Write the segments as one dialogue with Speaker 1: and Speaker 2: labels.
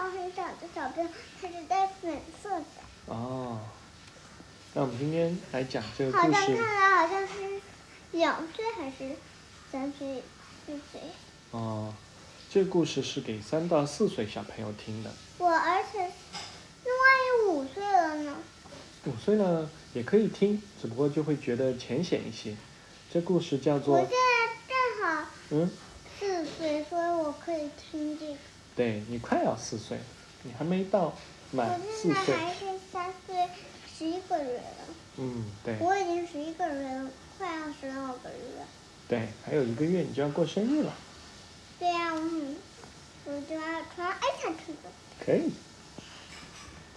Speaker 1: 的小朋友，它是带粉色的，
Speaker 2: 哦，那我们今天来讲这个
Speaker 1: 好
Speaker 2: 故
Speaker 1: 像看
Speaker 2: 事
Speaker 1: 来好像是两岁还是三岁、四岁。
Speaker 2: 哦。这个故事是给三到四岁小朋友听的，
Speaker 1: 我而且，那万一五岁了呢？
Speaker 2: 五岁呢也可以听，只不过就会觉得浅显一些。这故事叫
Speaker 1: 我
Speaker 2: 做
Speaker 1: 现在正好
Speaker 2: 嗯，
Speaker 1: 四岁，所以我可以听这个。
Speaker 2: 对你快要四岁了，你还没到
Speaker 1: 我
Speaker 2: 满
Speaker 1: 现
Speaker 2: 四
Speaker 1: 在
Speaker 2: 岁，
Speaker 1: 还是三岁，十一个月了。
Speaker 2: 嗯，对
Speaker 1: 我已经十一个月了，快要十二个月了。
Speaker 2: 对，还有一个月你就要过生日了，
Speaker 1: 对呀、我很，我就要穿哎爱穿兔子。
Speaker 2: 可以。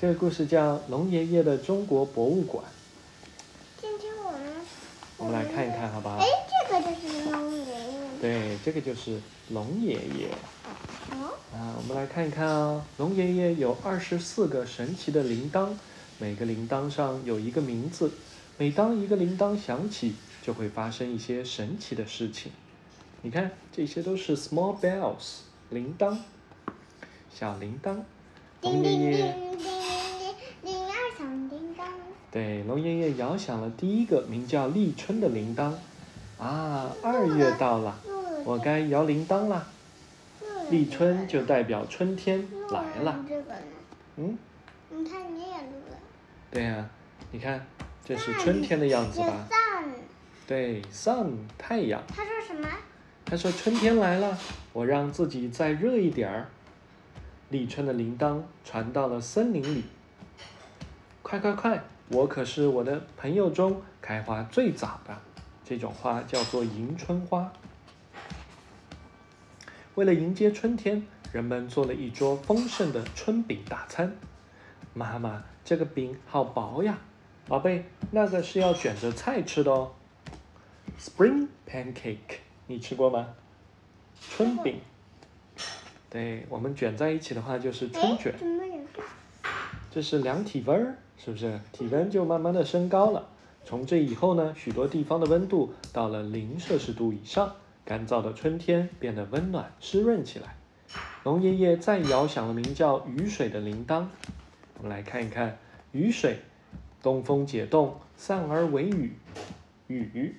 Speaker 2: 这个故事叫《龙爷爷的中国博物馆》，
Speaker 1: 今天我们，
Speaker 2: 我们来看一看，好不好
Speaker 1: 哎？，这个就是龙爷爷。
Speaker 2: 对，这个就是龙爷爷。
Speaker 1: 哦，
Speaker 2: 啊，我们来看一看哦。龙爷爷有二十四个神奇的铃铛，每个铃铛上有一个名字。每当一个铃铛响起，就会发生一些神奇的事情。你看，这些都是 small bells 铃铛，小铃铛。龙
Speaker 1: 叮叮叮
Speaker 2: 爷爷
Speaker 1: 叮叮叮铃儿响叮当。
Speaker 2: 对龙爷爷摇响了第一个名叫立春的铃铛。啊，二月到了，我该摇铃铛啦。立春就代表春天来了。
Speaker 1: 这个呢，
Speaker 2: 嗯，
Speaker 1: 你看你也录了。
Speaker 2: 对呀、你看，这是春天的样子
Speaker 1: 有
Speaker 2: 吧？
Speaker 1: sun，
Speaker 2: 对，sun 太阳。
Speaker 1: 他说什么？
Speaker 2: 他说春天来了，我让自己再热一点儿。立春的铃铛传到了森林里，快快快！我可是我的朋友中开花最早的，这种花叫做迎春花。为了迎接春天，人们做了一桌丰盛的春饼大餐。妈妈，这个饼好薄呀！宝贝，那个是要卷着菜吃的哦。Spring pancake，你吃过吗？春饼。对，我们卷在一起的话就是春卷
Speaker 1: 哎，。怎么有这？
Speaker 2: 这是量体温儿，是不是？体温就慢慢的升高了。从这以后呢，许多地方的温度到了零摄氏度以上，干燥的春天变得温暖湿润起来。龙爷爷再摇响了名叫雨水的铃铛，我们来看一看雨水，东风解冻，散而为雨，雨，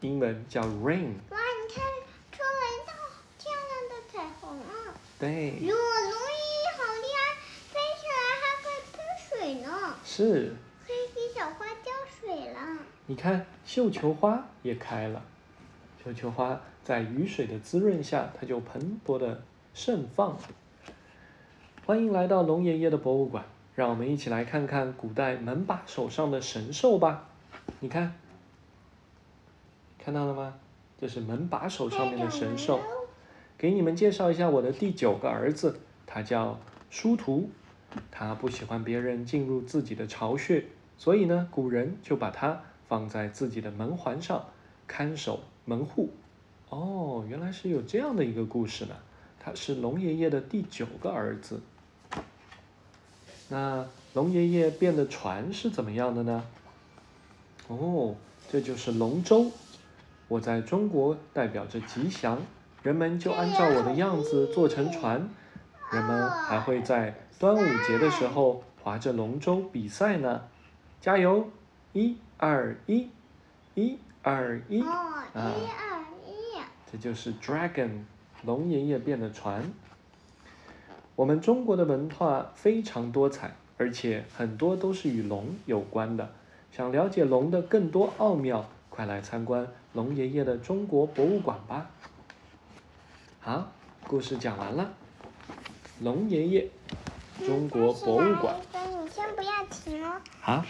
Speaker 2: 英文叫 rain。
Speaker 1: 哇，你看出了一道漂亮的彩虹啊！
Speaker 2: 对，
Speaker 1: 如果龙爷爷好厉害，飞起来还可以喷水呢，
Speaker 2: 是
Speaker 1: 可以给小花浇水了。
Speaker 2: 你看，绣球花也开了。绣球花在雨水的滋润下，它就蓬勃的盛放了。欢迎来到龙爷爷的博物馆，让我们一起来看看古代门把手上的神兽吧。你看，看到了吗？这是门把手上面的神兽。给你们介绍一下我的第九个儿子，他叫殊途，他不喜欢别人进入自己的巢穴，所以呢，古人就把它放在自己的门环上，看守门户。哦，原来是有这样的一个故事呢。他是龙爷爷的第九个儿子。那龙爷爷变的船是怎么样的呢？哦，这就是龙舟。我在中国代表着吉祥，人们就按照我的样子做成船。人们还会在端午节的时候划着龙舟比赛呢。加油！一二一，一二一。
Speaker 1: 哦，一
Speaker 2: 啊
Speaker 1: 二一，
Speaker 2: 这就是 dragon 龙爷爷变的船。我们中国的文化非常多彩，而且很多都是与龙有关的。想了解龙的更多奥妙，快来参观龙爷爷的中国博物馆吧。好，故事讲完了。龙爷爷，中国博物馆。
Speaker 1: 嗯。但是你先不要停哦。
Speaker 2: 好。